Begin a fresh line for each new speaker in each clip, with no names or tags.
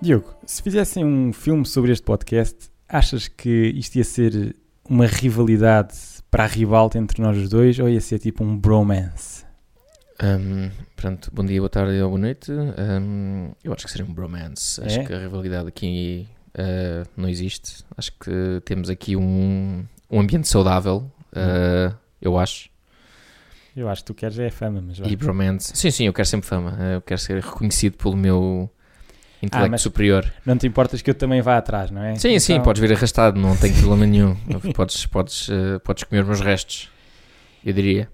Diogo, se fizessem um filme sobre este podcast, achas que isto ia ser uma rivalidade para a ribalta entre nós os dois ou ia ser tipo um bromance?
Um, pronto, bom dia, boa tarde ou boa noite. Um, eu acho que seria um bromance.
É?
Acho que a rivalidade aqui uh, não existe. Acho que temos aqui um, um ambiente saudável, uh, eu acho.
Eu acho que tu queres é a fama, mas vai.
E bromance. Sim, sim, eu quero sempre fama. Uh, Eu quero ser reconhecido pelo meu intelecto
Ah, mas-
superior.
Não te importas que eu também vá atrás, não é?
Sim, sim,
Então,
podes vir arrastado, não tenho problema nenhum. podes, podes, eh, podes comer meus restos. Eu diria.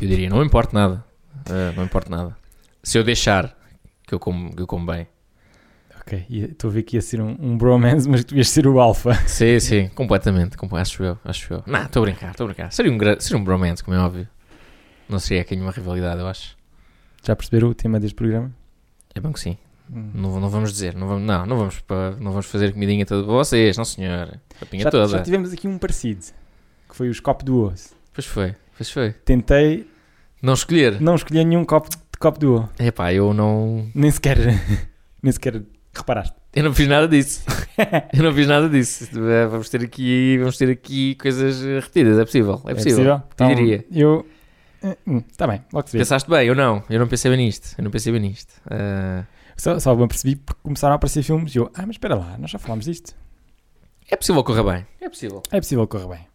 Eu diria, não importa nada. Eh, não importa nada. Se eu deixar, que eu como, que eu como bem.
Ok, ia- estou a ver que ia ser um, um bromance, mas que tu ias ser o alfa.
Sim, sim, completamente. compa- Acho eu, acho eu. Não, estou a brincar, estou a brincar. Seria um, gra- seria um bromance, como é óbvio. Não seria aqui é nenhuma rivalidade, eu acho.
Já perceberam o tema deste programa?
É bom que sim.
Hum.
Não, não vamos dizer, não vamos, não, não vamos, pa- não vamos fazer comidinha toda para vocês, não senhor. Papinha
Já,
toda.
já tivemos aqui um parecido, que foi os copos do osso.
Pois foi, pois foi.
Tentei
Não escolher.
não escolher nenhum copo de copo do osso.
Epá, eu não.
Nem sequer, nem sequer reparaste.
Eu não fiz nada disso. eu não fiz nada disso. Eh, Vamos ter aqui, vamos ter aqui coisas eh, repetidas. É possível. É possível.
Então,
diria.
Eu... Está bem, logo se vê.
Pensaste bem, eu não. Eu não pensei bem nisto. Eu não pensei bem nisto. Eh,
Só, só me percebi porque começaram a aparecer filmes e eu, ah, mas espera lá, nós já falámos disto.
é possível correr bem. É possível.
É possível que corra bem.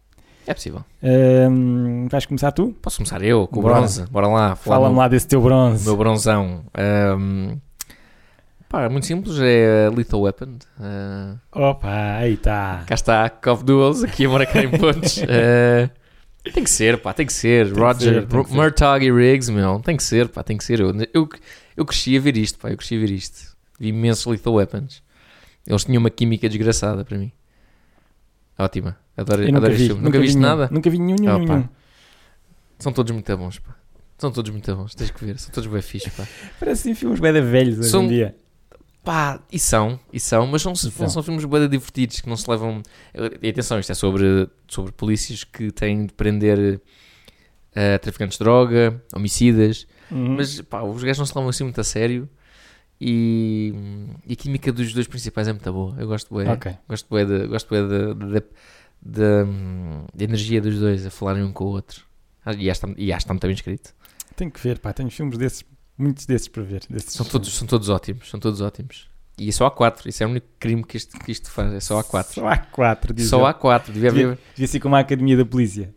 É possível.
Ahm, vais começar tu?
Posso começar eu com o
Bora.
bronze? Bora lá. falar
Fala-me
no-
lá desse teu
O
bronze.
meu bronzão. Ehm, pá, é muito simples, é eh, Lethal Weapon. Eh,
Opa, aí tá. está.
cá está, Call of Duels, aqui a marcar em pontos. Eh, tem que ser, pá, tem que ser.
que
Roger,
ser, tem que ser.
Murtaugh e Riggs, meu, tem que ser, pá, tem que ser. Eu, eu, eu cresci a ver isto, pá, eu cresci a ver isto. Vi imensos Lethal Weapons. Eles tinham uma química desgraçada para mim. Ótima, adoro,
Eu
adoro este filme. Nunca, viste
vi nenhum.
nada?
Nunca vi nenhum, nenhum,
Opa.
nenhum.
São todos muito bons, pá. São todos muito bons, tens que ver, são todos bem fixe, pá.
Parecem filmes bem velhos hoje
São-
em dia.
Pá, e são, e são, mas são,
E são.
são. filmes bem divertidos que não se levam. E atenção, isto é sobre, sobre polícias que têm de prender eh, traficantes de droga, homicidas,
Uhum.
mas pá, os gajos não se levam assim muito a sério. E, e a química dos dois principais é muito boa. Eu gosto bem,
Ok.
gosto bem, de, gosto bem da- da- da- da energia dos dois a falarem um com o outro. Ah, E acho que está- e acho que está muito bem escrito.
Tenho que ver, pá, tenho filmes desses, muitos desses para ver. desses
São todos, são todos ótimos, são todos ótimos. E só há quatro, isso é o único crime que isto, que isto faz, é só há quatro.
Só há quatro, diz
Só
ele.
há quatro, devia haver.
Devia ser como a Academia da Polícia,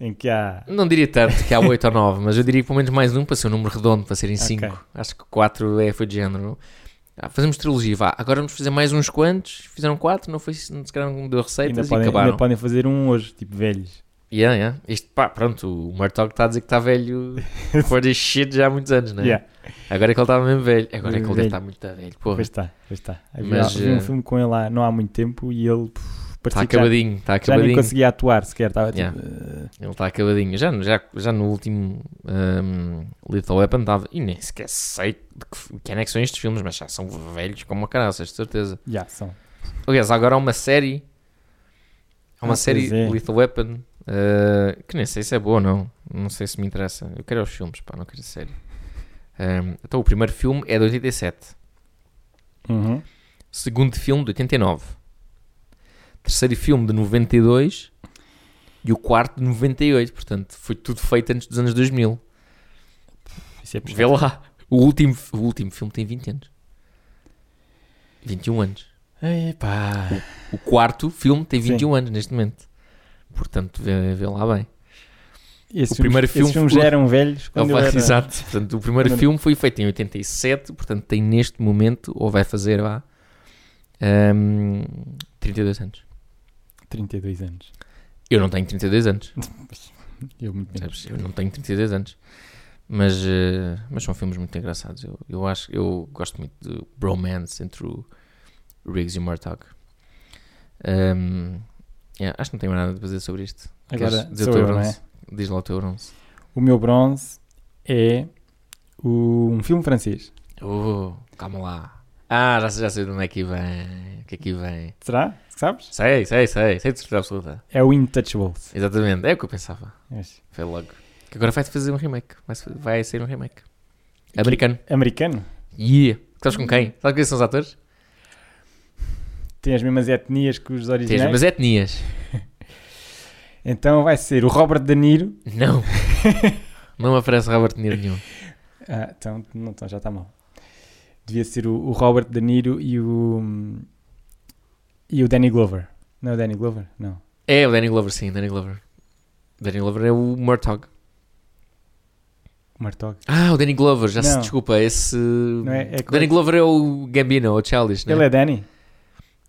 em que há...
Não diria tanto que há oito ou nove, mas eu diria que pelo menos mais um para ser um número redondo, para serem cinco. Acho que quatro é, foi de género. Ah, fazemos trilogia, vá. Agora vamos fazer mais uns quantos. Fizeram quatro, não foi, se calhar não deu
Ainda
receitas e
podem,
acabaram.
ainda podem fazer um hoje, tipo velhos.
Yeah, yeah. Isto, pá, pronto, o Murtaugh está a dizer que está velho for this shit já há muitos anos, né?
Yeah,
Agora é que ele estava mesmo velho. Agora é que ele deve
Velho.
estar muito velho, porra.
pois está, pois está. Havia
Mas,
havia um
eh,
filme com ele lá não há muito tempo e ele puf,
Está
parecia que já-
acabadinho, está
já, nem
acabadinho.
conseguia atuar sequer, estava tipo...
Yeah.
eh,
Ele está acabadinho. Já, no- já, já no último um, Little Weapon estava. E nem sequer sei de que, quem é que são estes filmes, mas já são velhos como a caraças, de certeza.
yeah, são.
Aliás, agora há uma série. Há uma
Ah,
série
pois é.
Little Weapon uh, que nem sei se é boa ou não. Não sei se me interessa. Eu quero é os filmes, pá, não quero a série. Um, então o primeiro filme é de 87.
Uhum.
Segundo filme de 89. Terceiro filme de 92. E o quarto de 98. Portanto, foi tudo feito antes dos anos 2000.
Isso é
Vê lá. O último, o último filme tem 20 anos. 21 anos.
Epá.
O quarto filme tem
Sim.
21 anos neste momento. Portanto, vê, vê lá bem.
Esses
O primeiro
filmes,
filme
esses filmes
foi-
já eram velhos quando
Ele
eu
vai-
era...
Exato. Portanto, o primeiro
Quando-
filme foi feito em 87. Portanto, tem neste momento, ou vai fazer, vá, ehm, ahm, 32 anos.
32 anos.
Eu não tenho 32 anos.
Eu muito menos.
Percebes? Eu não tenho 32 anos. Mas, eh, mas são filmes muito engraçados. Eu, eu acho eu gosto muito do bromance entre o Riggs e o Murtaugh. Ahm, yeah, acho que não tenho mais nada a dizer sobre isto.
Agora
Queres dizer o
sou
teu
eu, não é?
bronze? Diz lá o teu bronze.
O meu bronze é o- um filme francês.
Oh, calma lá. Ah, já sei, já sei de onde é que vem. O que é que vem?
Será? Sabes?
Sei, sei, sei. Sei de certeza absoluta.
É o Intouchables.
Exatamente. É o que eu pensava.
Mas-
Foi logo. Que agora vai-te fazer um remake. Vai, vai sair um remake. Americano.
Americano?
Yeah. Sabes com quem? Sabes quem são os atores?
tem as mesmas etnias que os
Tens
originais.
umas etnias.
Então vai ser o Robert De Niro.
Não. não aparece Robert De Niro nenhum.
Ah, então, não, então já está mal. Devia ser o, o Robert De Niro e o. E o Danny Glover. Não é o Danny Glover? Não.
É, o Danny Glover, sim, Danny Glover. Danny Glover é o Murtaugh.
O Martog.
Ah, o Danny Glover, já se
Não.
desculpa, esse...
é- é
Danny
coisa-
Glover é o Gambino, o Childish, né?
Ele é Danny?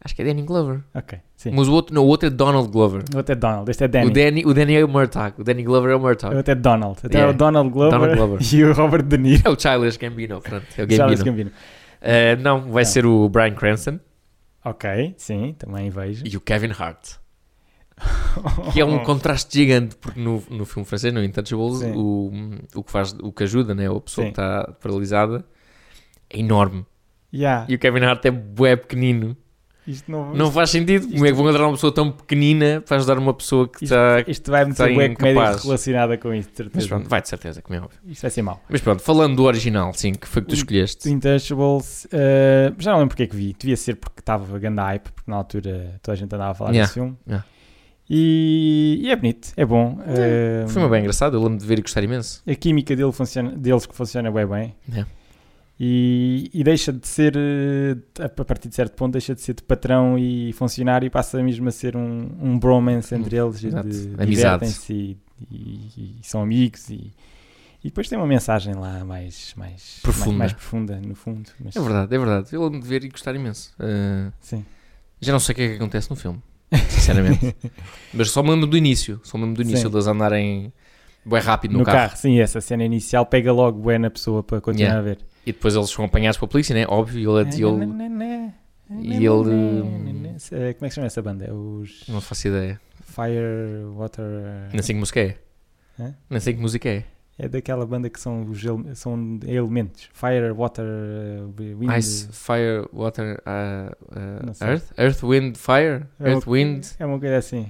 Acho que é Danny Glover.
Ok, sim.
Mas o outro, não, o outro é Donald Glover.
O outro é Donald, este é Danny.
O, Danny, o Danny é o Murtaugh, o Danny Glover é o Murtaugh.
O outro é Donald. Então
Yeah.
é o Donald Glover,
Donald Glover.
e o Robert De Niro.
É o Childish Gambino, pronto, é o
Charles Gambino.
Gambino. Eh, não, vai
Não.
ser o Bryan Cranston
Ok, sim, também vejo.
e o Kevin Hart. Que é um contraste gigante, porque no, no filme francês, no Intouchables,
Sim.
o, o, que faz, o que ajuda, né? a pessoa
Sim.
que está paralisada, é enorme.
Yeah,
E o Kevin Hart é bué pequenino.
Isto não,
Não faz sentido. Como é que vão adorar uma pessoa tão pequenina para ajudar uma pessoa que
Isto-
está...
isto vai meter
Está
bué comédia
incapaz.
relacionada com isto, de
Mas
certeza.
pronto, vai de certeza, como é óbvio.
Isto vai ser mau.
Mas pronto, falando do original, sim, que foi que tu
O-
escolheste.
Intouchables, eh, já não lembro porque é que vi. Devia ser porque estava ganda hype, porque na altura toda a gente andava a falar
Yeah,
desse filme.
yeah.
E, e é bonito, é bom. eh,
Foi uma bem engraçado, eu lembro de ver e gostar imenso.
A química dele funciona, deles que funciona bem bem.
Yeah.
E, e deixa de ser, eh, a partir de certo ponto, deixa de ser de patrão e funcionário e passa mesmo a ser um, um bromance entre eles. e
Hum, exato.
de-
Amizade.
divertem-se E, e- e são amigos. E, e depois tem uma mensagem lá mais, mais,
Profunda.
mais, mais profunda, no fundo. Mas,
É verdade, é verdade. Eu lembro de ver e gostar imenso. Ah,
Sim.
já não sei o que é que acontece no filme, sinceramente. Mas só me lembro do início. Só me lembro do início
Sim.
deles andarem bem rápido no,
No
carro.
carro. sim, essa cena inicial pega logo bué na pessoa para continuar
Yeah.
a ver.
E depois eles são apanhados pela polícia, né? Óbvio, e
É,
ele, e ele e ele, hum,
Eh, Como é que se chama essa banda? É Os.
não faço ideia.
Fire, Water.
Nem sei que música é.
Hã?
Nem sei que música é.
É daquela banda que são, os ele- são elementos. Fire, Water, eh, Wind.
Ice, Fire, Water, ah, ah,
Não sei.
Earth? Earth, Wind, Fire?
É
Earth,
uma-
Wind.
É uma coisa assim.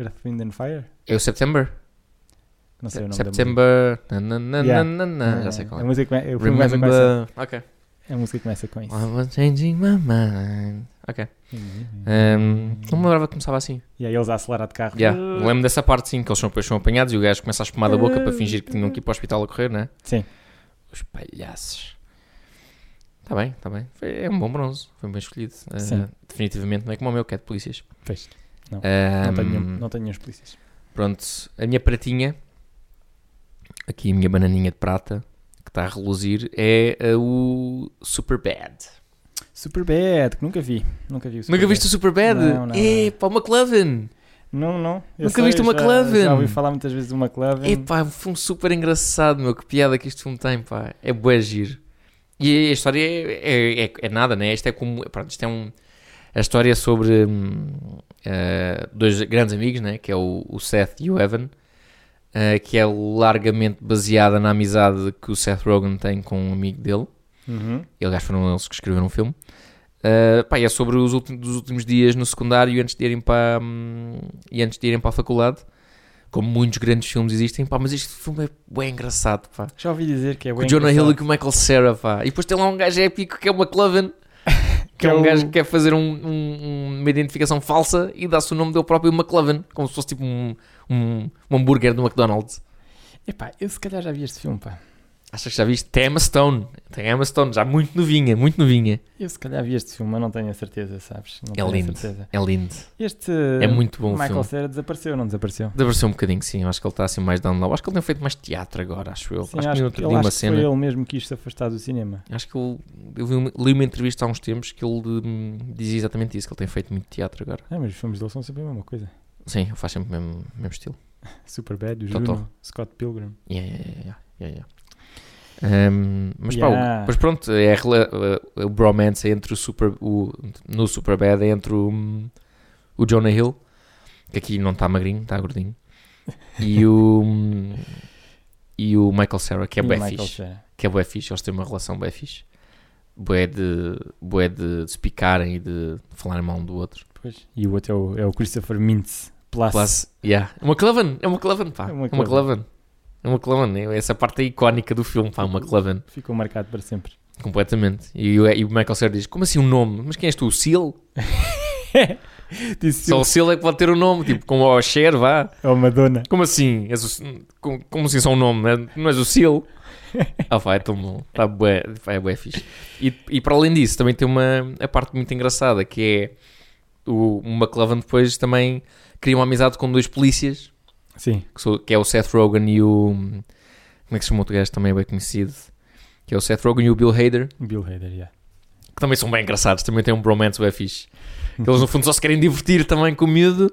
Earth, Wind and Fire?
É o September?
Não sei o nome
September. Na, na, na,
Yeah.
na,
da
na,
música.
na. Já sei qual
A
é.
música, come- o filme começa com essa.
Remember- Ah. Ok.
A música começa com isso.
I was changing my mind. Ok. Um, não me lembrava que começava assim.
E aí eles a acelerar de carro.
Yeah. Lembro dessa parte, sim, que eles são, depois são apanhados e o gajo começa a espumar da boca para fingir que tinham que ir para o hospital a correr, né?
Sim.
Os palhaços. Está bem, está bem. Foi- é um bom bronze. Foi bem escolhido. Uh,
Sim.
definitivamente não é como o meu, que é de polícias.
Fez. Não.
Um,
Não tenho, nenhum- não tenho nenhum polícias.
Pronto, a minha pratinha, aqui a minha bananinha de prata, que está a reluzir, é eh, o Superbad.
Super Bad, que nunca vi. Nunca vi o
Nunca
Superbad.
viste o Superbad?
Não, não,
Epá, o McLovin!
Não, não. Eu
Nunca
sei,
viste o
já-
McLovin?
Já ouvi falar muitas vezes do McLovin.
Epá, um filme super engraçado, meu, que piada que este filme tem, pá. É bué giro. E a história é, é, é- é nada, né? Isto é como, pronto, isto é um... A história é sobre hum, eh, dois grandes amigos, né? Que é o, o Seth e o Evan. eh, que é largamente baseada na amizade que o Seth Rogen tem com um amigo dele.
Uhum.
E, aliás, foram eles que escreveram o filme. Uh, pá, e é sobre os últimos, dos últimos dias no secundário antes de irem para, hum, e antes de irem para a faculdade. Como muitos grandes filmes existem, pá, mas este filme é bem engraçado, pá.
Já ouvi dizer que é
Com o
bem
Jonah
engraçado.
Hill e com o Michael Cera, pá. E depois tem lá um gajo épico que é o McLovin, que
Que
é
é
um
o-
gajo que quer fazer um- um- uma identificação falsa e dá-se o nome dele próprio McLovin, como se fosse tipo um, um, um hambúrguer do McDonald's.
Epá, eu se calhar já vi este filme, pá.
Achas que já viste? Tem Emma Stone. Tem Emma Stone, já muito novinha, muito novinha.
Eu se calhar vi este filme, mas não tenho a certeza, sabes? Não
É
tenho a
lindo.
certeza.
É lindo.
Este
É muito bom o
Michael
filme.
Cera desapareceu, não desapareceu?
Desapareceu um bocadinho, sim. Eu acho que ele está assim mais down low. Acho que ele tem feito mais teatro agora, acho eu.
Sim,
acho, que no outro
ele-
dia uma
acho que
cena.
foi ele mesmo que quis se afastar do cinema.
Acho que eu, eu vi uma- li uma entrevista há uns tempos que ele hum, dizia exatamente isso, que ele tem feito muito teatro agora.
Ah, mas os filmes dele são sempre a mesma coisa.
Sim, ele faz sempre o mesmo, mesmo estilo.
Superbad, o
Totó.
Juno, Scott Pilgrim.
Yeah, yeah, yeah, yeah, yeah, yeah. Hum, mas, pá, o-
Yeah.
mas pronto, é, a rela- uh, o bromance é entre o super o, no Superbad é entre o, hum, o Jonah Hill, que aqui não está magrinho, está gordinho, e o hum, e o Michael Cera, que é
E o
bué
Michael
fixe,
Cera.
que é bué fixe, eles têm uma relação bué fixe, bué de, bué de, de se picarem e de falarem mal um do outro.
Pois. E o outro é o, é o Christopher Mintz. Plus.
Plus, yeah. É uma McLovin, é uma McLovin, pá.
É
É
uma
uma McLovin. É uma McLovin, é essa parte é icónica do filme, pá, uma McLovin.
Ficou marcado para sempre.
Completamente. E, o- e o Michael Cera diz: Como assim um nome? Mas quem és tu? O Seal?
Disse
Só o Seal é que pode ter um nome, tipo, como o Cher, vá.
é uma dona.
Como assim? És o- como, como assim só um nome? Não é- Não és o Seal? Ah, vai, é tão bom. Tá bué, pá, é bué fixe. E, e para além disso, também tem uma a parte muito engraçada que é o McLovin depois também cria uma amizade com dois polícias,
Sim.
que, sou- que é o Seth Rogen e o. Como é que se chama o outro gajo? Também é bem conhecido. Que é o Seth Rogen e o Bill Hader.
Bill Hader, yeah.
que também são bem engraçados, também têm um bromance bem fixe.
Uhum.
Que eles no fundo só se querem divertir também com o miúdo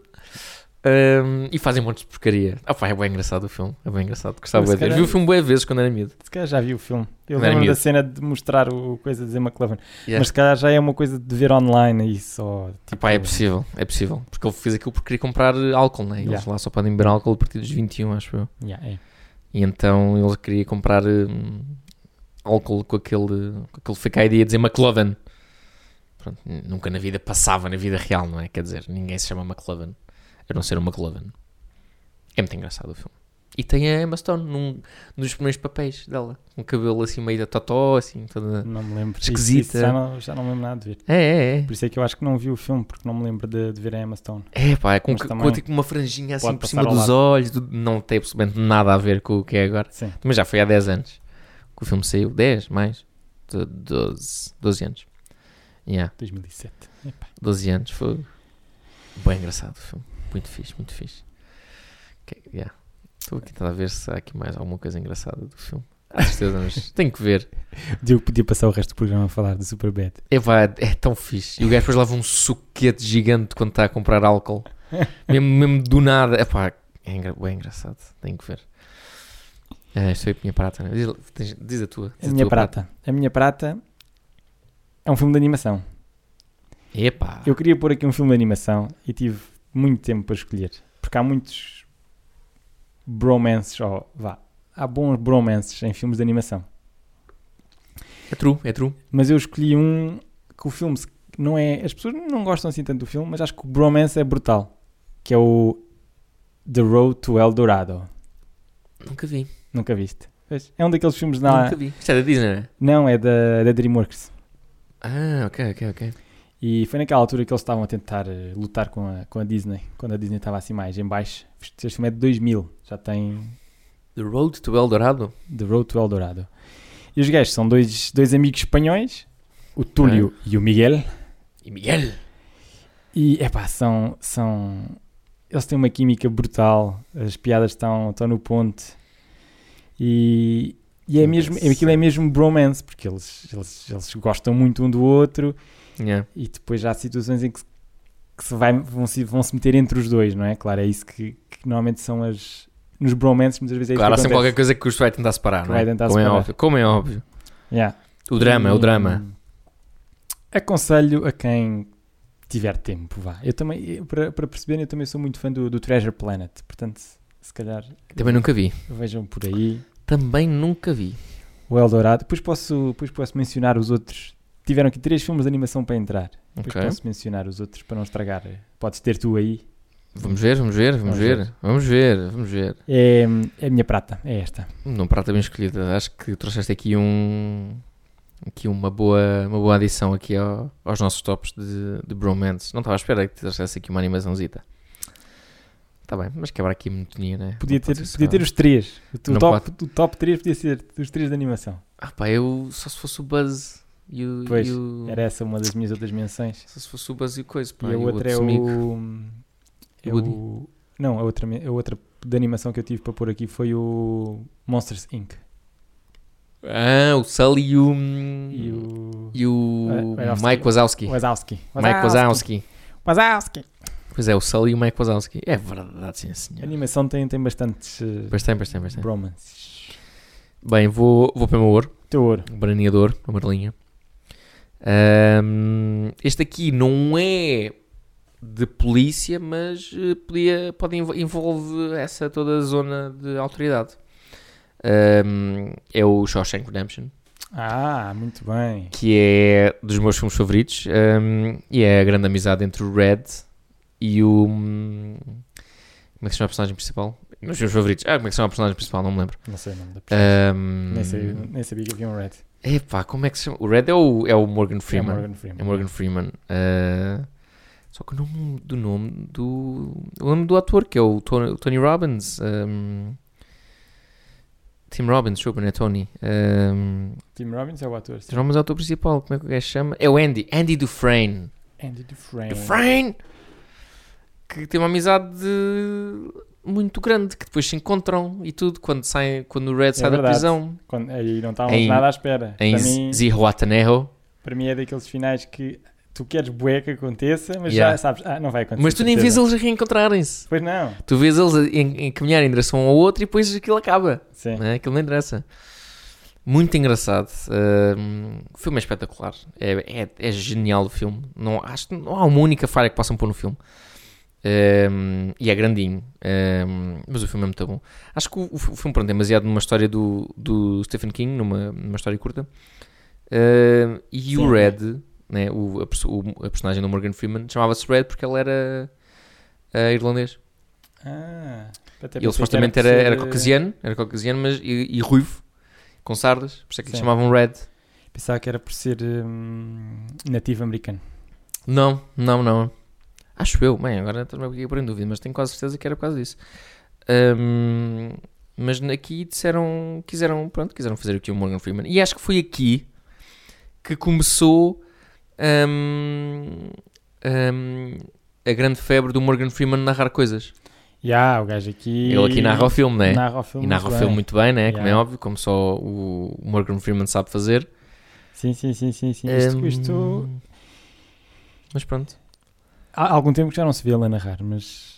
ahm, e fazem um monte de porcaria. Ah pá, é bem engraçado o filme, é bem engraçado, gostava
Mas
bué
se
de ver.
calhar-
Vi o filme boas vezes quando era miúdo.
Se calhar já vi o filme. Eu
Não era
lembro da
miúdo.
cena de mostrar o coisa de dizer McLovin.
Yeah.
Mas se calhar já é uma coisa de ver online e só.
Ah
Tipo,
pá, é possível, é possível. Porque ele fez aquilo porque queria comprar álcool, né? E Eles
Yeah.
lá só podem beber álcool a partir dos 21, acho eu.
Yeah, é.
E então ele queria comprar hum, álcool com aquele, com aquele fake ID a dizer McLovin. Pronto, n- nunca na vida passava, na vida real, não é? Quer dizer, ninguém se chama McLovin, a não ser o McLovin. É muito engraçado o filme. E tem a Emma Stone num, nos primeiros papéis dela. Um cabelo assim meio da totó, assim, toda...
Não me lembro. Isso-
Esquisita.
isso já, não, já não me lembro nada de ver.
É, é, é.
Por isso é que eu acho que não vi o filme, porque não me lembro de, de ver a Emma Stone.
É pá, é com,
Mas
que- com
também
tipo uma franjinha assim
pode
por cima
passar ao
dos
lado.
olhos. tudo- Não tem absolutamente nada a ver com o que é agora.
Sim.
Mas já foi há 10 anos que o filme saiu. 10 mais? Do- 12, 12 anos. Yeah,
2007. Epá.
12 anos. Foi bem engraçado o filme. Muito fixe, muito fixe. Ok, yeah. Estou aqui a ver se há aqui mais alguma coisa engraçada do filme. Há certeza, mas tenho que ver.
Diogo podia passar o resto do programa a falar de Superbad.
Epá, é tão fixe. E o gajo depois leva um suquete gigante quando está a comprar álcool. Mesmo, mesmo do nada. Epá, é engra- bem engraçado. Tenho que ver. Eh, isto foi a minha prata. né? Diz, tens- diz a tua.
A
diz
Minha
tua
Prata. A Minha Prata é um filme de animação.
Epá.
Eu queria pôr aqui um filme de animação e tive muito tempo para escolher. Porque há muitos bromances, ou vá, há bons bromances em filmes de animação.
É true, é true.
Mas eu escolhi um que o filme se- não é. As pessoas não gostam assim tanto do filme, mas acho que o bromance é brutal. Que é o The Road to El Dorado.
Nunca vi.
Nunca viste? Pois, É um daqueles filmes na.
Nunca vi. Isto é da Disney, não é?
Não, é da, da Dreamworks.
Ah, ok, ok, ok.
E foi naquela altura que eles estavam a tentar eh, lutar com a, com a Disney, quando a Disney estava assim mais em baixo. Este filme é de 2000, já tem
The Road to El Dorado?
The Road to El Dorado. E os gajos são dois, dois amigos espanhóis, o Túlio
É.
e o Miguel.
E Miguel.
E, epá, são, são... Eles têm uma química brutal, as piadas estão, estão no ponto. E, e é mesmo,
Interessante.
aquilo é mesmo bromance, porque eles, eles, eles gostam muito um do outro
Yeah.
e depois já há situações em que, se- que se vai, vão, se, vão se meter entre os dois, não é? Claro, é isso que, que normalmente são as... Nos bromances, muitas vezes é isso
Claro, há
que
sempre
acontece.
qualquer coisa que os vai tentar separar,
Que
não é?
vai tentar
Como é
separar.
óbvio. Como é óbvio.
Yeah.
O drama, é o drama.
Hum. Aconselho a quem tiver tempo, vá. Eu também, eu, para, para perceberem, eu também sou muito fã do, do Treasure Planet, portanto, se- se calhar
Também nunca vi.
vejam por aí
Também nunca vi.
o Eldorado. Depois posso, depois posso mencionar os outros. Tiveram aqui três filmes de animação para entrar. Depois
Ok.
posso mencionar os outros para não estragar. Podes ter tu aí.
Vamos ver, vamos ver, vamos
Vamos
ver.
ver.
Vamos ver, vamos ver.
É, é a minha prata, é esta.
Não prata bem escolhida. Acho que trouxeste aqui um. Aqui uma boa, uma boa adição aqui ao- aos nossos tops de, de bromance. Não estava à espera que trouxesse aqui uma animaçãozita. Está bem, mas quebra aqui a monotonia, né?
Podia
Não
ter,
pode ser só-
podia ter os três. O teu
Não
top, o top 3 podia ser os três de animação.
Ah pá, eu só se fosse o Buzz e o...
Pois,
e o-
Era essa uma das minhas outras menções.
Só se fosse o Buzz e o coisa, pá.
e a outra é
Smigo.
o. É
Woody.
o. Não, a outra, me- a outra de animação que eu tive para pôr aqui foi o Monsters Inc.
Ah, o Sully e o...
E o.
Hum. E o
Ah, Wazowski.
Mike Wazowski.
Wazowski.
Mike Wazowski.
Wazowski.
Pois é, o Sully e o Mike Wazowski. É verdade, sim
A
senhor.
animação tem, tem bastantes eh,
Pois é. tem, pois tem, pois tem.
bromances.
Bem, vou, vou para o meu ouro.
Teu ouro.
O Braneador, a Marlinha. Ahm, este aqui não é de polícia, mas eh, podia, pode envo- envolve essa toda a zona de autoridade. Ahm, é o Shawshank Redemption,
Ah, muito bem.
que é dos meus filmes favoritos ahm, e é a grande amizade entre o Red e o... hum, Como é que se chama a personagem principal? Meus filmes favoritos. Ah, como é que se chama a personagem principal? Não me lembro.
Não sei o nome da pessoa.
Ahm,
nem, sei- nem sabia que havia um Red.
Epá, como é que se chama? O Red é o, é o Morgan Freeman.
É Morgan Freeman.
É Morgan Freeman. Ah, só que o nome do nome do. O nome do ator, que é o Tony, o Tony Robbins. ahm, Tim Robbins, desculpa, não é Tony. Ahm,
Tim Robbins é o ator. sim.
Tim Robbins é o ator principal, como é que o gajo se chama? É o Andy, Andy Dufresne.
É Andy Dufresne.
Dufresne! Que tem uma amizade de- muito grande, que depois se encontram e tudo, quando, saem, quando o Red sai
É
da
verdade.
prisão.
Quando- aí não estávamos
Em-
nada à espera.
Em
para, mim,
Zihuatanejo.
para mim é daqueles finais que tu queres bué que aconteça, mas
Yeah.
já sabes, ah, não vai acontecer.
Mas tu nem vês
certeza.
eles a reencontrarem-se.
Pois não.
Tu vês eles a en- encaminhar em direção ao outro e depois aquilo acaba.
Sim.
Né? Aquilo não interessa. Muito engraçado. Ahm, o filme é espetacular. É, é- é genial o filme. Não, acho que não há uma única falha que possam pôr no filme. Ahm, e é grandinho. Ahm, mas o filme é muito bom. Acho que o, o filme pronto, é baseado numa história do, do Stephen King, numa, numa história curta. Ahm, e o
Sim.
Red, né, o, a, perso- o- a personagem do Morgan Freeman, chamava-se Red porque ele era ah, irlandês.
Ah, até
Ele
pensei
supostamente
que
era,
por ser,
era
eh,
caucasiano, era caucasiano, mas e, e ruivo, com sardas, por isso é que lhe
Sim.
chamavam Red.
Pensava que era por ser hum, nativo americano.
Não, não, não. Acho eu, bem, agora também fiquei por em dúvida, mas tenho quase certeza que era por causa disso. Ahm, mas aqui disseram, quiseram, pronto, quiseram fazer aqui o Morgan Freeman. E acho que foi aqui que começou ahm, ahm, a grande febre do Morgan Freeman narrar coisas.
Já, o gajo aqui.
Ele aqui narra o filme, não é?
narra o filme.
E narra o filme
bem.
muito bem, né? Como é
Yeah.
óbvio, como só o Morgan Freeman sabe fazer.
Sim, sim, sim, sim. sim. Isto,
Hum,
isto-
Mas pronto.
Há algum tempo que já não se vê ele a narrar, mas.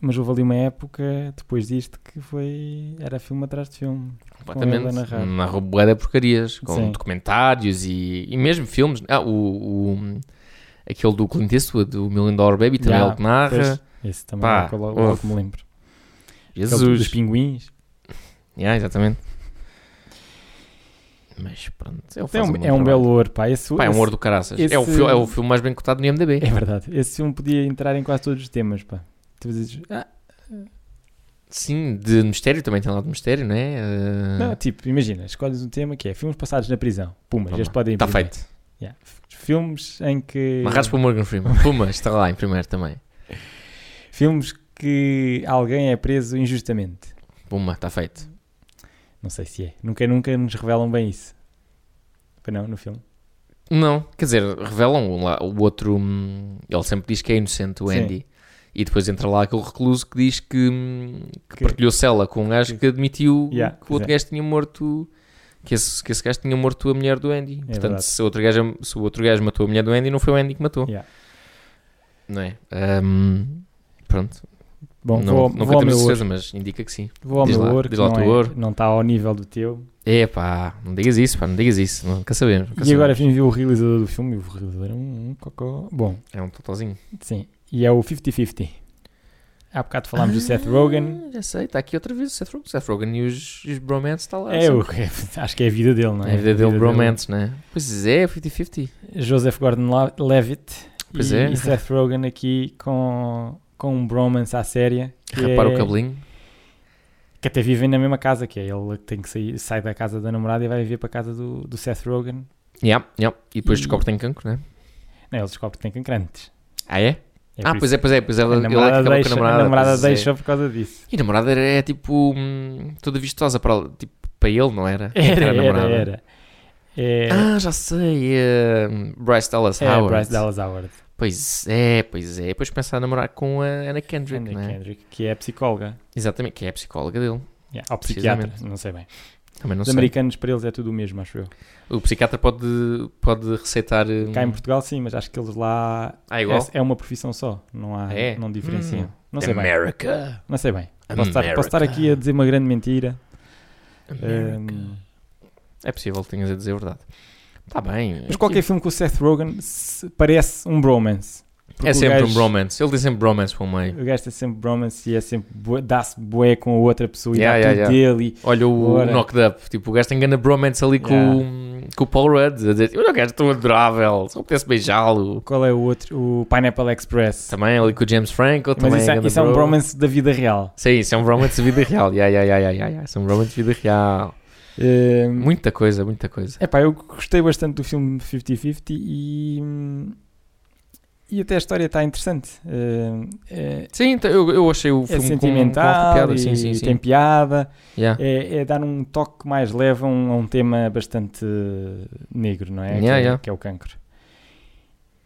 Mas houve ali uma época depois disto que foi. Era filme atrás de filme.
Completamente.
ele a narrar.
Narrou bué de porcarias. Com
Sim.
documentários e, e mesmo filmes. Ah, o, o- Aquele do Clint Eastwood, do Million Dollar Baby, também é
Yeah,
ele que narra.
Pois, é Esse também
Pá,
é o que eu logo,
ouve.
logo me lembro. Aquele Dos
Jesus.
pinguins.
Yeah, exatamente. Mas pronto. Ele
É
faz
um, é
bom
um
trabalho.
belo ouro, pá. Esse,
Pá, é um
esse-
ouro do caraças. É, o
esse-
fil- é o filme mais bem cotado no IMDb.
É verdade. Esse filme podia entrar em quase todos os temas, pá. Tu dizes, ah,
Sim, de mistério também tem lá de mistério, não é? Ah,
Não, tipo, imagina, escolhes um tema que é filmes passados na prisão. Pumas,
Puma.
este podem
Está feito.
Yeah. F- Filmes em que.
Narrados por Morgan Freeman. Puma, está lá em primeiro também.
Filmes que alguém é preso injustamente.
Puma, está feito.
Não sei se é. Nunca, nunca nos revelam bem isso. Foi não, no filme.
Não, quer dizer, revelam o, lá- o outro. hum, ele sempre diz que é inocente, o
Sim.
Andy. E depois entra lá aquele recluso que diz que, hum, que
Que-
partilhou cela com um gajo que admitiu
Yeah,
que o outro
pois é.
gajo tinha morto. Que esse, que esse gajo tinha morto a mulher do Andy. Portanto,
É verdade.
se o, outro gajo, se o outro gajo matou a mulher do Andy, não foi o Andy que matou.
Yeah.
Não é? Hum, pronto.
Bom,
não,
vou,
não
vou ao meu
temos certeza,
ouro.
mas indica que sim.
Vou ao
Diz
meu
lá,
ouro, que
diz lá o
não,
teu
é-
ouro.
não está ao nível do teu.
Epá, não digas isso, pá, não digas isso. Nunca sabemos. nunca
E agora
sabemos.
vim ver o realizador do filme. E o realizador é um, um cocó. Bom,
É um totozinho.
sim. E é o 50-50. Há bocado falámos do Seth Rogen.
Ah, Já sei, está aqui outra vez o Seth Rogen. Seth Rogen e os, e os bromance está lá.
É o, acho que é a vida dele, não é?
É a vida dele, bromance, né? Pois é, 50-50.
Joseph Gordon-Levitt
Pois
e,
é.
e Seth Rogen aqui com, com um bromance à séria. que
Rapar
é-
o cabelinho.
Que até vivem na mesma casa, que é ele que tem que sair, sai da casa da namorada e vai viver para a casa do, do Seth Rogen.
Yeah, yeah. E depois
E-
descobre que tem cancro, né?
Não, ele descobre que tem cancro antes.
Ah, é?
É
ah,
por
pois
isso.
é, pois é. Pois ela,
A
ele é que acaba
namorada,
com
deixa,
a namorada.
a namorada
pois é.
deixa por causa disso.
E a namorada era, é, tipo hum, toda vistosa para, ela, tipo, para ele, não era?
Era,
a
era,
namorada.
era. É,
Ah, já sei. eh, Bryce Dallas
é
Howard.
Bryce Dallas Howard,
Pois é, pois é. Depois começa a namorar com a Anna Kendrick,
Anna
não é?
Kendrick, que é psicóloga.
Exatamente, que é a psicóloga dele.
Yeah, ou psiquiatra, não sei bem.
Também não
Os
sei.
americanos para eles é tudo o mesmo, acho eu.
O psiquiatra pode, pode receitar. hum,
Cá em Portugal sim, mas acho que eles lá
Ah, igual.
É, é uma profissão só, não há,
É?
não diferencia.
Hum.
Não sei bem,
America.
não sei bem. Posso estar,
America.
posso estar aqui a dizer uma grande mentira.
America.
Hum,
É possível que tenhas a dizer a verdade. Está bem.
mas qualquer filme com o Seth Rogen se- parece um bromance. Porque
É
o
sempre um
gajo-
bromance. Ele tem sempre bromance para o meio.
O gajo é sempre bromance e é sempre bué- dá-se bué com a outra pessoa e
Yeah,
dá
yeah,
tudo dele. e-
Olha o
Ora.
Knocked Up. Tipo, o gajo tem grande bromance ali com, o- hum, com o Paul Rudd. A dizer, olha o gajo é tão adorável. Só pudesse beijá-lo.
Qual é o outro? O Pineapple Express.
Também ali com o James Franco.
Mas
também
isso, é,
grande
isso é um
bro.
bromance da vida real.
Sim, isso é um bromance de vida real. Yeah, yeah, yeah, yeah, yeah, yeah. Isso é um bromance de vida real.
Eh,
Muita coisa, muita coisa.
É pá, eu gostei bastante do filme 50-50 e. E até a história está interessante. Eh, é,
Sim, então, eu, eu achei o
é
filme com- com
sentimental
alta piada.
e
Sim, sim, sim.
tem piada.
Yeah.
É, é dar um toque mais leve a um, a um tema bastante eh, negro, não é?
Yeah,
que, é-
yeah.
que é o cancro.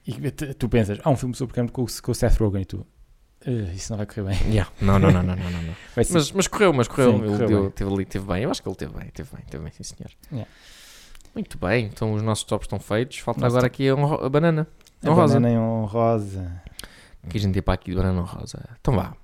E tu- tu pensas, há um filme sobre cancro com, o- com o Seth Rogen e tu. "Eh, isso não vai correr bem.
Yeah. Não, não, não, não, não, não, não.
Vai ser
Mas, mas correu, mas correu.
Sim,
ele
correu
deu-
bem.
teve, ali- teve bem. Eu acho que ele teve bem, teve bem, teve bem, sim senhor.
Yeah.
Muito bem, então os nossos tops estão feitos. Falta
Nosso
agora
top.
aqui a, honro- a banana.
a
honrosa.
é banana um em honrosa.
Que a gente ia para aqui de banana rosa. Então vá.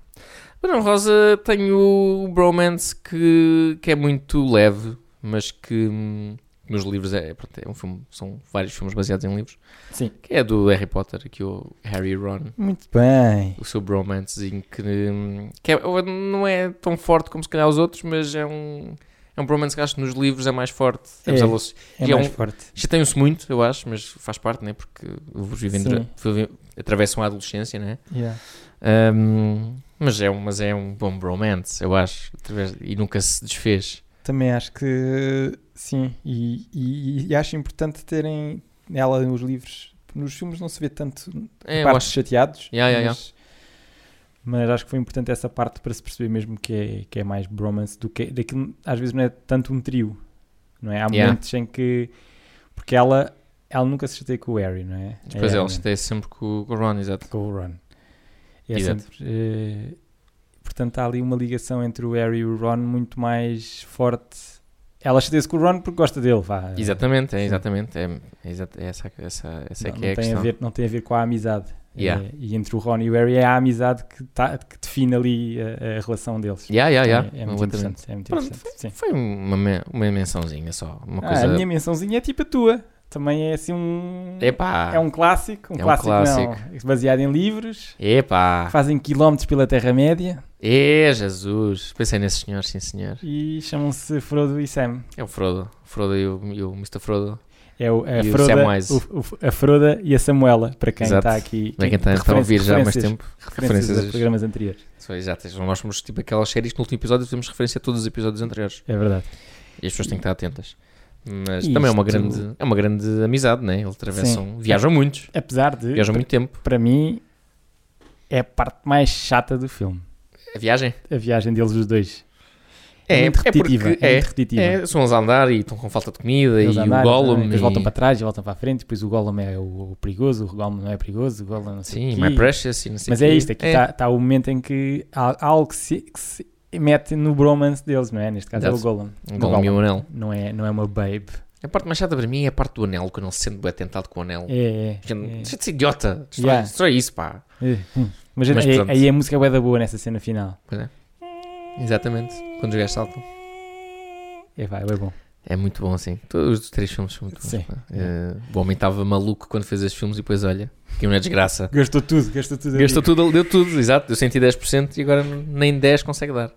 Banana rosa tem o bromance que, que é muito leve, mas que hum, nos livros é, pronto, é um filme, são vários filmes baseados em livros.
Sim.
Que é do Harry Potter, que o Harry e Ron,
Muito bem.
o seu bromancezinho que, hum, que é- não é tão forte como se calhar os outros, mas é um, é um bromance que acho que nos livros é mais forte.
É.
Apesar de eles
É
E é
mais
um-
forte.
Chateiam-se muito, eu acho, mas faz parte, né? Porque os vivem,
Sim.
dura- vivem- atravessam a adolescência, né?
Yeah.
Ahm, mas, é um, mas é um bom bromance, eu acho. Através- e nunca se desfez.
Também acho que sim, e, e- e acho importante terem ela nos livros. Nos filmes não se vê tanto
É, eu
partes
acho.
chateados,
Yeah, yeah,
mas, mas acho que foi importante essa parte para se perceber mesmo que é, que é mais bromance do que daquilo. Às vezes não é tanto um trio, não é? Há
Yeah.
momentos em que porque ela, ela nunca se chateia com o Harry, não é?
Depois
é,
eles têm sempre com o com o Ron, exato.
com o Ron. É
Exato.
sempre, eh, portanto, há ali uma ligação entre o Harry e o Ron muito mais forte. Ela chateia-se com o Ron porque gosta dele, vá.
Exatamente, é
Sim.
exatamente. É, é exa- é essa, essa, essa é
não,
que
não
é a
tem a
questão.
ver, não tem a ver com a amizade.
Yeah.
Eh, e entre o Ron e o Harry é a amizade que, tá, que define ali a, a relação deles.
Yeah, yeah, yeah,
É, é muito
completamente.
interessante. É muito
Pronto,
interessante, sim.
Foi um, uma, men- uma mençãozinha só. Uma
Ah,
coisa.
a minha mençãozinha é tipo a tua. Também é assim um.
Epá!
É um clássico. Um
É um Ah.
clássico, Não, baseado em livros.
Epá!
Fazem quilómetros pela Terra-média
É, Jesus! Pensei nesse senhor, sim senhor.
e chamam-se Frodo e Sam.
É o Frodo. O Frodo e o, e o Mr. Frodo.
É o, a,
E o
Froda,
Samwise.
a Froda e a Samuela, para quem
Exato.
está aqui. tipo,
Para quem está está então a ouvir já há mais tempo.
Referências,
referências.
a programas anteriores.
Só, Exato, nós somos tipo aquelas séries que no último episódio fizemos referência a todos os episódios anteriores.
É verdade.
E as pessoas têm que estar atentas. Mas
E
também é uma,
isto-
grande, é uma grande amizade, né? Eles atravessam.
Sim.
Viajam muitos.
Apesar de,
Viajam
para,
muito tempo.
para mim, é a parte mais chata do filme.
A viagem.
A viagem deles os dois. É, muito
porque
repetitiva. é,
é,
muito repetitiva.
é, são eles a andar e estão com falta de comida
Eles
e
andaram,
o Gollum.
depois
e-
voltam para trás e voltam para a frente, depois o Gollum é o, o perigoso, o Gollum não é perigoso, o Gollum não sei
Sim,
o quê.
My Precious e não sei
Mas
o
é
quê.
isto, aqui está está o momento em que há há algo que se, que se mete no bromance deles, não é? Neste caso
Exato.
é o Gollum.
Um
O
Gollum e um anel.
Não é, não é uma babe.
A parte mais chata para mim é a parte do anel, que eu não se sente bem tentado com o anel.
É, é,
Gente,
é.
Deixa de ser idiota. Destrói,
Yeah.
destrói isso, pá.
É. Mas,
Mas
aí-
pronto.
aí a música é bué da boa nessa cena final.
Pois é. Exatamente. Quando os gajos saltam.
É, vai, é bom.
É muito bom, sim. Todos os três filmes são muito bons.
Sim.
pá. Eh, o homem estava maluco quando fez esses filmes e depois olha, que é uma desgraça.
Gastou tudo, gastou tudo. ali.
Gastou tudo, deu tudo, exato, deu 110% e agora nem 10 consegue dar.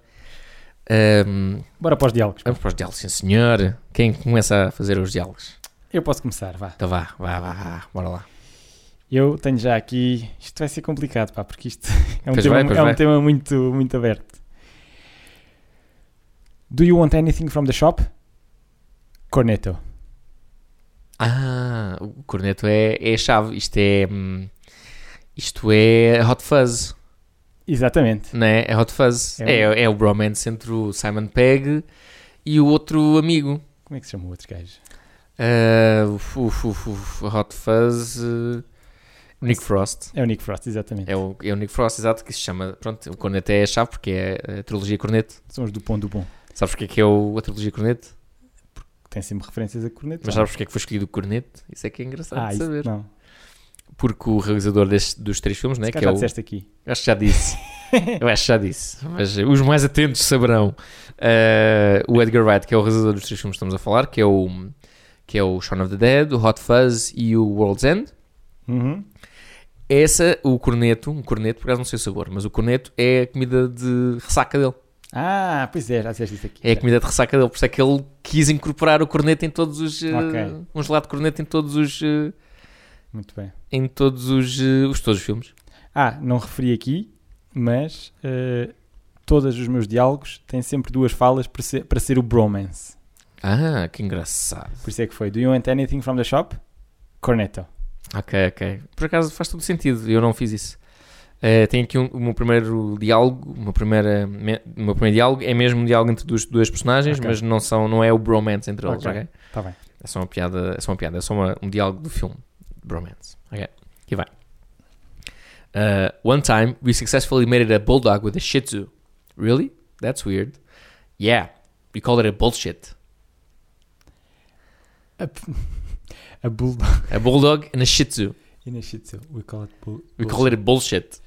Ahm,
Bora para os diálogos.
vamos para os diálogos, sim senhor. Quem começa a fazer os diálogos?
Eu posso começar, vá.
Então vá, vá, vá, vá, bora lá.
Eu tenho já aqui. Isto vai ser complicado, pá, porque isto é um,
Pois
tema,
vai, pois
é um
vai.
tema muito, muito aberto. Do you want anything from the shop? Corneto.
Ah, o corneto é, é a chave, isto é... hum, isto é Hot Fuzz,
Exatamente.
não é? É Hot Fuzz.
É
É,
um-
é o bromance entre o Simon Pegg e o outro amigo.
Como é que se chama o outro gajo?
Ah, uf, uf, uf, uf, Hot Fuzz. eh, Nick Frost.
É o Nick Frost, exatamente.
É o, é o Nick Frost, exato, que se chama. Pronto, o Corneto é a chave porque é a trilogia Corneto.
São os do Pão do Bom.
Sabes porque é que é o, a trilogia Corneto?
Tem sempre referências a Corneto.
Mas sabes porque é que foi escolhido o Corneto? Isso é que é engraçado
ah,
de
isso
saber.
não.
Porque o realizador deste- dos três filmes, né?
Se
Que
calhar já
é o,
disseste aqui.
Eu acho que já disse. Eu acho que já disse. Mas eh, os mais atentos saberão. Eh, o Edgar Wright, que é o realizador dos três filmes que estamos a falar, que é o, que é o Shaun of the Dead, o Hot Fuzz e o World's End.
Uhum.
Essa, o corneto, um corneto, por acaso não sei o sabor, mas o corneto é a comida de ressaca dele.
Ah, pois é, já disseste isso aqui.
É a comida de ressaca dele, por isso é que ele quis incorporar o corneto em todos os. eh,
Ok.
um gelado de corneto em todos os. eh,
Muito bem.
em todos os, eh, os. todos os filmes.
Ah, não referi aqui, mas eh, todos os meus diálogos têm sempre duas falas para ser, para ser o bromance.
Ah, que engraçado.
Por isso é que foi. Do you want anything from the shop? Cornetto.
Ok, ok. Por acaso faz todo sentido, eu não fiz isso. Eh, tenho aqui um, o meu primeiro diálogo, uma primeira, me- o meu primeiro diálogo é mesmo um diálogo entre duas, duas personagens,
Ok.
mas não, são, não é o bromance entre eles,
Ok.
ok?
Está Tá bem.
É só uma piada, é só uma piada, é só uma- um diálogo do filme, bromance. Ok, aqui vai. Uh, one time, we successfully made it a bulldog with a shih tzu. Really? That's weird. Yeah, we called it a bullshit.
A bulldog.
A bulldog and a shih tzu.
In a shih tzu. We call it bull.
We call it a bullshit.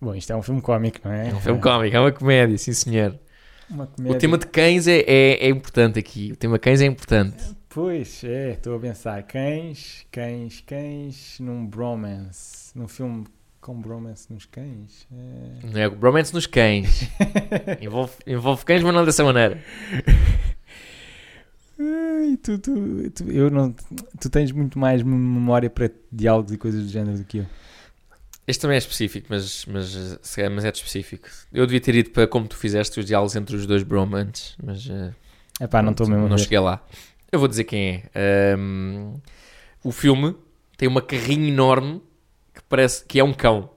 Bom, isto é um filme cómico, não é?
É um filme cómico, é uma comédia, sim senhor.
Uma comédia.
O tema de cães é, é, é importante aqui. O tema cães é importante.
Pois, é, estou a pensar. Cães, cães, cães num bromance. Num filme com bromance nos cães. É.
Não é o bromance nos cães. Envolve, envolve cães, mas não dessa maneira.
Ai, tu, tu, tu- eu não, tu tens muito mais memória para diálogos e coisas do género do que eu.
Este também é específico, mas, mas, eh, se calhar- mas é de específico. Eu devia ter ido para como tu fizeste os diálogos entre os dois bromantes, mas eh,
Epá, não estou
pronto,
mesmo a
não
ver.
cheguei lá. Eu vou dizer quem é. Ahm, o filme tem uma carrinha enorme que parece que é um cão.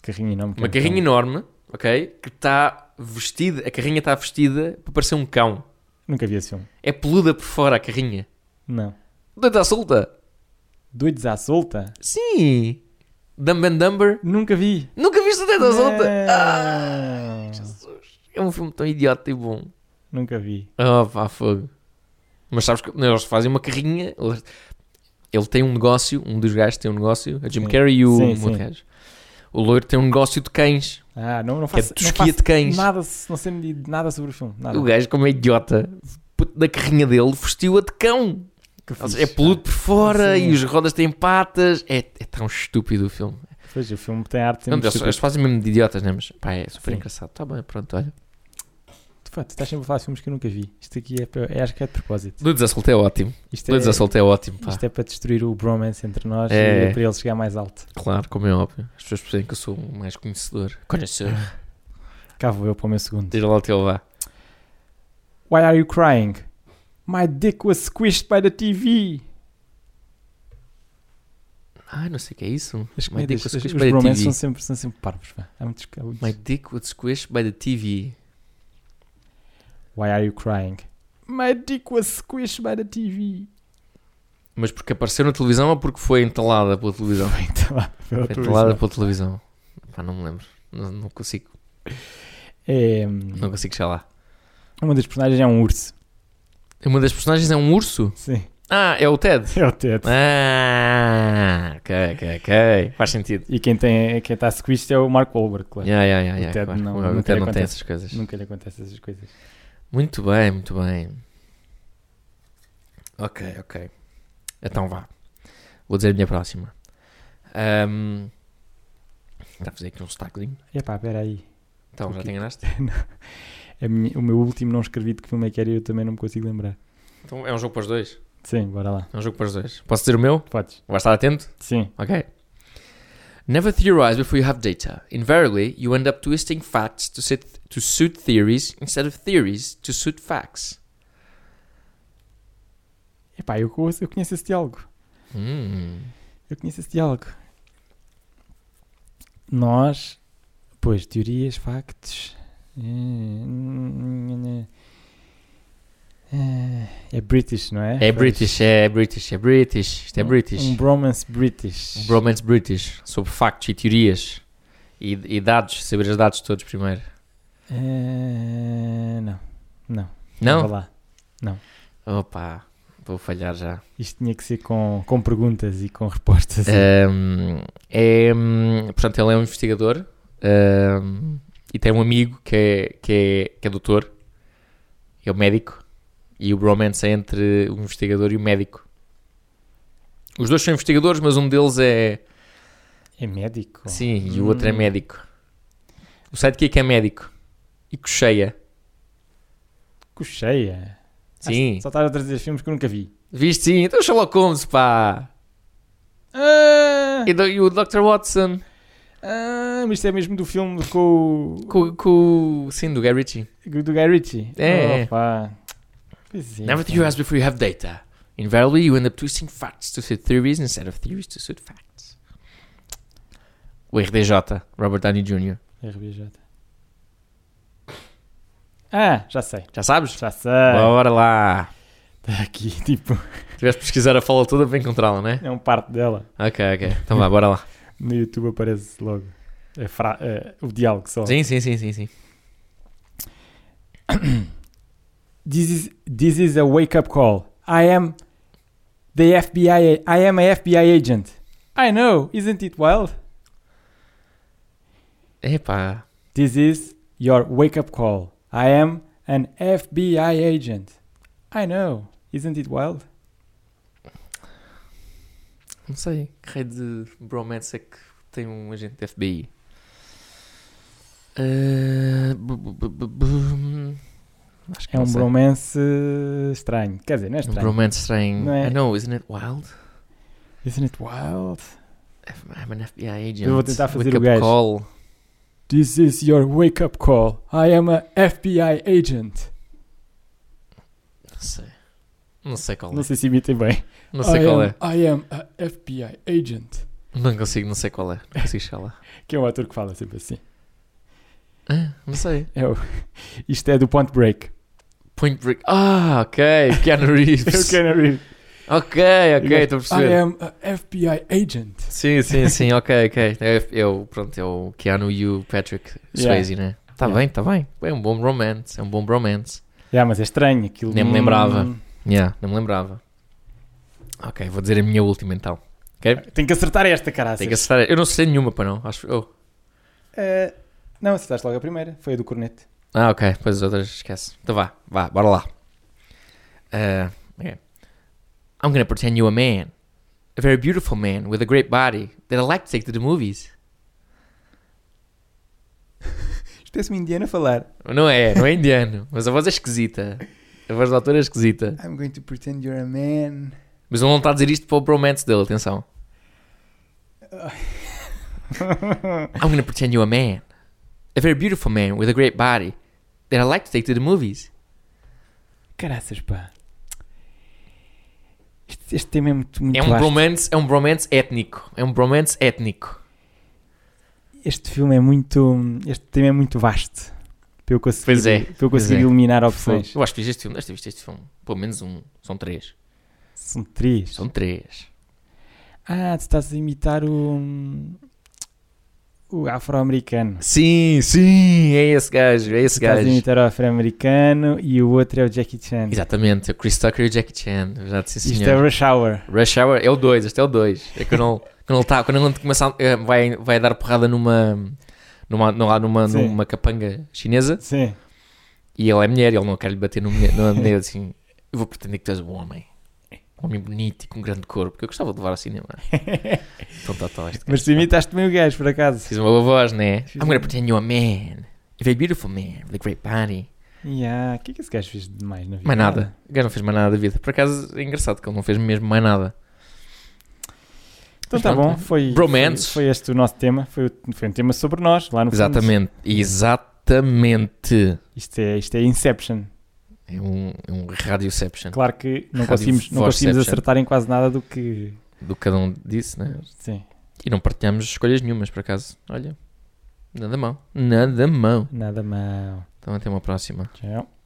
Carrinho enorme.
Uma carrinha enorme, ok? Que está vestida, a carrinha está vestida para parecer um cão.
Nunca vi esse filme.
É peluda por fora a carrinha.
Não.
Doida à solta.
Doidos à solta?
Sim. Dumb and Dumber.
Nunca vi.
Nunca viste o Doida à solta? Ah!
Não.
Ai, Jesus. É um filme tão idiota e bom.
Nunca vi.
Oh, pá, fogo. Mas sabes que eles fazem uma carrinha. eles- Ele tem um negócio, um dos gajos tem um negócio, a Jim
Sim.
Carrey e o
Sim,
um outro
sim.
gajo. O loiro tem um negócio de cães,
Ah, não, não
que é
faço,
de
não
tosquia
faço
de cães.
nada, não sei de nada sobre o filme. Nada.
O gajo, como é idiota, puto, da carrinha dele, vestiu-a de cão.
Que
Ou seja,
fixe.
é peludo por fora
Sim.
e as rodas têm patas. É, é tão estúpido o filme.
Pois, o filme tem arte.
Não,
muito
eles, eles
estúpida.
fazem mesmo de idiotas, né? Mas pá, é super
Sim.
engraçado. Tá bem, pronto, olha.
Tu, pá, tu estás sempre a falar de filmes que eu nunca vi. Isto aqui é, pa- é acho que é de propósito.
Ludes Assault é ótimo.
Isto é,
Ludes Assault é ótimo, pá.
isto é para destruir o bromance entre nós
É.
e é para ele chegar mais alto.
Claro, como é óbvio. As pessoas percebem que eu sou o mais conhecedor. Conhecedor.
Cá vou eu para o meu segundo.
Diz lá o teu vá.
Why are you crying? My dick was squished by the TV.
Ah, não sei o que é isso.
As
My dick
comédias,
was
os, os assim.
squished by the
bromances são
TV.
sempre, são sempre parvos. pá. Há muitos, há muitos.
My dick was squished by the TV.
Why are you crying? My dick was squished by the TV.
Mas porque apareceu na televisão ou porque foi entalada pela televisão?
Foi entalado pela
Foi
televisão.
entalada pela televisão. Pá, não me lembro. Não, não consigo.
É, hum,
Não consigo chegar lá.
uma das personagens é um urso.
Uma das personagens é um urso?
Sim,
Ah, é o Ted.
é o Ted.
Ah, ok, ok, ok. Faz sentido.
E quem está quem tá squished é o Mark Wahlberg, claro.
Yeah, yeah, yeah,
O
yeah,
Ted
claro.
não-
O
nunca
Ted
lhe
não tem
acontece.
essas coisas.
Nunca lhe acontece essas coisas.
Muito bem, muito bem. Ok, ok. Então vá. Vou dizer a minha próxima. Ahm, Está a fazer aqui um destaquezinho.
Epá, peraí.
Então,
O
já
quê?
te enganaste?
A minha- o meu último não escrevi de que filme é que era e eu também não me consigo lembrar.
Então, é um jogo para os dois.
Sim, bora lá.
É um jogo para os dois. Posso dizer o meu?
Podes?
Vai estar atento?
Sim.
Ok. Never theorize before you have data. Invariably, you end up twisting facts to, sit, to suit theories instead of theories to suit facts.
Epá, eu, co- eu conheço esse diálogo.
Hum.
Eu conheço esse diálogo. Nós, pois, teorias, factos. É, é British, não é?
É
Pois.
British, é British, é British. Isto é
Um-
British.
Um bromance British.
Um Bromance British, sobre factos e teorias e, e dados, saber os dados todos primeiro.
É, não. Vá
Não?
lá.
Opa, vou falhar já.
Isto tinha que ser com, com perguntas e com respostas.
Eh, Ahm, é, hum, portanto, ele é um investigador ahm, e tem um amigo que é, que é, que é doutor, é o médico, e o bromance é entre o investigador e o médico. Os dois são investigadores, mas um deles é.
É médico?
Sim, e o outro é
Hum.
médico. O sidekick é médico e cocheia.
Cocheia.
Sim.
Ah, Só estás a trazer filmes que eu nunca vi.
Viste sim, então Sherlock Holmes, pá.
Ah,
E, do- e o Dr. Watson
ah, mas isto é mesmo do filme com o.
com, com- sim, do Guy Ritchie.
Do Guy Ritchie?
É, é.
Opa. Pois é,
Never think
pá.
you ask before you have data. Invariably, you end up twisting facts to suit theories instead of theories to suit facts. O RDJ, Robert Downey Jr.
RBJ. Ah, já sei.
Já sabes?
Já sei.
Bora lá.
Está aqui, tipo,
Tiveste de pesquisar a fala toda para encontrá-la, não é?
é um parte dela.
Ok, ok. Então vá, bora lá.
No YouTube aparece logo. É fra- é, o diálogo só.
Sim, sim, sim, sim, sim.
This is, this is a wake-up call. I am the FBI. I am a FBI agent. I know, isn't it wild?
Epá.
This is your wake-up call. I am an FBI agent. I know, isn't it wild?
Não sei. Que rei de bromance é que tem um agente de FBI? Ah, bu- bu- bu- bu- bu- Acho que
É
não
um
sei.
bromance estranho. Quer dizer, não é
Um
estranho.
bromance estranho.
Não é?
I know, isn't it wild?
Isn't it wild?
I'm an FBI agent.
Eu vou tentar fazer
Wake
o
up
gajo.
call.
This is your wake-up call. I am a FBI agent.
Não sei. Não sei qual é.
Não sei se imitei bem.
Não sei qual é.
I am a FBI agent.
Não consigo, não sei qual é. Não consigo chegar lá.
Que é um ator que fala sempre assim.
Ah, não sei.
É o- Isto é do Point Break.
Point Break. Ah, ok. Keanu
É o
Reeves.
Keanu Reeves.
Ok, ok, estou a perceber.
I am a FBI agent.
Sim, sim, sim, ok, ok. É, é o, pronto, é o Keanu e o Patrick Swayze, né? Tá
Yeah.
bem, tá bem. É um bom romance, é um bom romance.
Yeah, mas é estranho aquilo.
Nem me
hum,
lembrava. Yeah, não me lembrava. Ok, vou dizer a minha última então.
Tenho que acertar esta, caralho.
Tem que acertar. Eu não sei nenhuma para não, acho. Oh.
Eh, não, acertaste logo a primeira. Foi a do cornete.
Ah, ok, pois as outras esquece. Então vá, vá, bora lá. Ah, ok. I'm gonna pretend you a man. A very beautiful man with a great body that I like to take to the movies.
Isto é um indiano a falar.
Não é, não é indiano, mas a voz é esquisita. A voz da autora é esquisita.
I'm going to pretend you're a man.
Mas ele não está a dizer isto para o bromance dele, atenção. I'm gonna pretend you're a man. A very beautiful man with a great body that I like to take to the movies.
Caraças, pá. Este, este tema é muito, muito
É um,
vasto.
bromance, é um bromance étnico. É um bromance étnico.
Este filme é muito. Este tema é muito vasto. Para eu conseguir,
Pois é,
para eu
pois
conseguir
é.
eliminar opções.
Eu acho que fiz este filme. Deve ter visto este filme. Pelo menos um. São três.
São três.
São três.
Ah, tu estás a imitar o. o afro-americano.
Sim, sim. É esse gajo. É esse
Tu Estás a
gajo.
imitar o afro-americano e o outro é o Jackie Chan.
Exatamente. É o Chris Tucker e o Jackie Chan. Verdade, sim,
Isto
senhor.
é Rush Hour.
Rush Hour é o 2, este é o 2. É quando ele, quando ele, tá, quando ele começa a, eh, vai, vai dar porrada numa, numa, numa, numa,
Sim.
numa capanga chinesa
Sim.
e ele é mulher, ele não quer lhe bater numa mulher, numa mulher assim. Eu vou pretender que tu és um homem. Um homem bonito e com um grande corpo, que eu gostava de levar ao cinema. então tá, tá, este
Mas tu
gajo.
imitaste bem o gajo, por acaso.
Fiz uma boa voz, né?
Fiz
I'm gonna
uma-
pretend you're a man. A very beautiful man with a great body.
Yeah. O que é que esse gajo fez de mais na vida?
Mais nada. O gajo não fez mais nada da vida. Por acaso é engraçado que ele não fez mesmo mais nada.
Então
Mas
tá bom.
pronto,
Foi,
Bromance.
Foi, foi este o nosso tema. Foi, o- foi um tema sobre nós, lá no fundo.
Exatamente. Exatamente.
Isto é, isto é Inception.
É um, é um radioception
Claro que não
Rádio
conseguimos, não conseguimos
Voiceception.
acertar em quase nada do que.
do que cada um disse, né?
Sim,
E não partilhamos escolhas nenhumas, por acaso. Olha, nada mal. Nada mal.
nada mal.
Então até uma próxima.
Tchau.